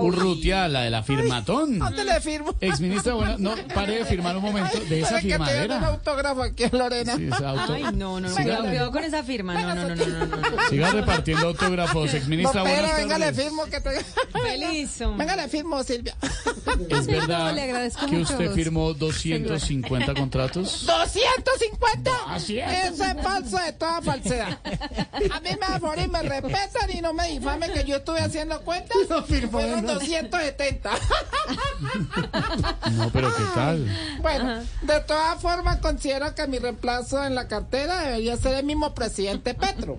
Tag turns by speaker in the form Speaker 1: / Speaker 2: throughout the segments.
Speaker 1: Urrutia, la de la firmatón.
Speaker 2: ¿Dónde le firmo?
Speaker 1: Exministra, bueno, no, pare de firmar un momento Eh, de esa
Speaker 2: Parece que te dieron un
Speaker 1: firmadera.
Speaker 2: autógrafo aquí a Lorena.
Speaker 1: Sí, ese auto-
Speaker 3: Ay, no, no, no.
Speaker 1: Siga,
Speaker 3: Cuidado, cuidado con esa firma. No, no, no, no, no. no.
Speaker 1: siga repartiendo autógrafos,
Speaker 2: No,
Speaker 1: exministra,
Speaker 2: pero venga,
Speaker 1: buenas
Speaker 2: le
Speaker 1: tardes.
Speaker 2: firmo. Que te...
Speaker 3: Feliz. hombre.
Speaker 2: Venga, le firmo, Silvia.
Speaker 1: Es
Speaker 3: No, le
Speaker 1: verdad
Speaker 3: agradezco
Speaker 1: que
Speaker 3: mucho
Speaker 1: usted
Speaker 3: los-
Speaker 1: firmó 250 contratos.
Speaker 2: ¡250!
Speaker 1: Así es.
Speaker 2: Eso es falso de toda falsedad. A mí me favorecen, me respetan y no me difamen que yo estuve haciendo cuentas. Fueron 270.
Speaker 1: No, pero ¿qué tal?
Speaker 2: Bueno, de todas formas considero que mi reemplazo en la cartera debería ser el mismo presidente Petro.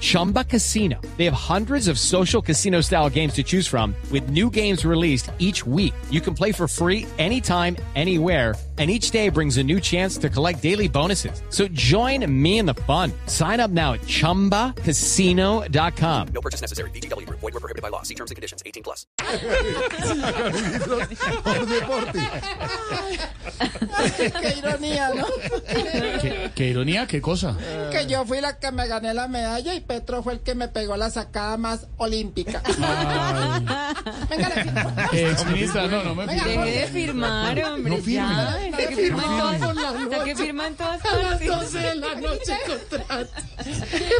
Speaker 4: Chumba Casino. They have hundreds of social casino style games to choose from with new games released each week. You can play for free anytime, anywhere. And each day brings a new chance to collect daily bonuses. So join me in the fun. Sign up now at chumbacasino.com.
Speaker 5: No purchase necessary. BGW. Void were prohibited by law. See terms and conditions. 18 plus.
Speaker 2: Qué ironía, ¿no?
Speaker 1: Qué, qué ironía, qué cosa.
Speaker 2: Que yo fui la que me gané la medalla y Petro fue el que me pegó la sacada más olímpica. Venga, le firmo.
Speaker 1: Exministra, no, no me
Speaker 2: Venga,
Speaker 1: pide.
Speaker 3: Deje de firmar, hombre.
Speaker 1: No firme.
Speaker 3: Ya, hasta que firma en todas-
Speaker 2: por la
Speaker 3: hasta que firma en todas
Speaker 2: A las
Speaker 3: partes.
Speaker 2: 12 de la noche contrato.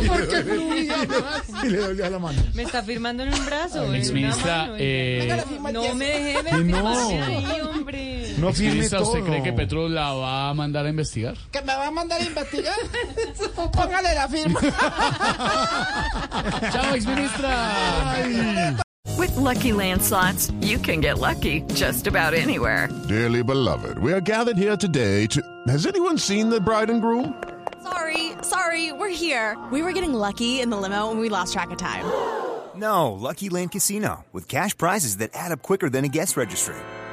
Speaker 2: ¿Por qué fluía más?
Speaker 3: Me está firmando en un brazo. en una
Speaker 1: Exministra,
Speaker 3: mano.
Speaker 2: Venga, le
Speaker 1: eh,
Speaker 2: firmo el
Speaker 3: No
Speaker 2: yeso.
Speaker 3: me deje de firmarse ahí, hombre.
Speaker 6: No firme
Speaker 1: Exministra, ¿usted
Speaker 6: todo.
Speaker 1: cree que Petro la va a mandar a investigar?
Speaker 2: ¿Que me va a mandar a investigar? Póngale la firma.
Speaker 1: ¡Chao, exministra!
Speaker 7: With Lucky Land slots, you can get lucky just about anywhere.
Speaker 8: Dearly beloved, we are gathered here today to. Has anyone seen the bride and groom?
Speaker 9: Sorry, sorry, we're here. We were getting lucky in the limo and we lost track of time.
Speaker 10: No, Lucky Land Casino, with cash prizes that add up quicker than a guest registry.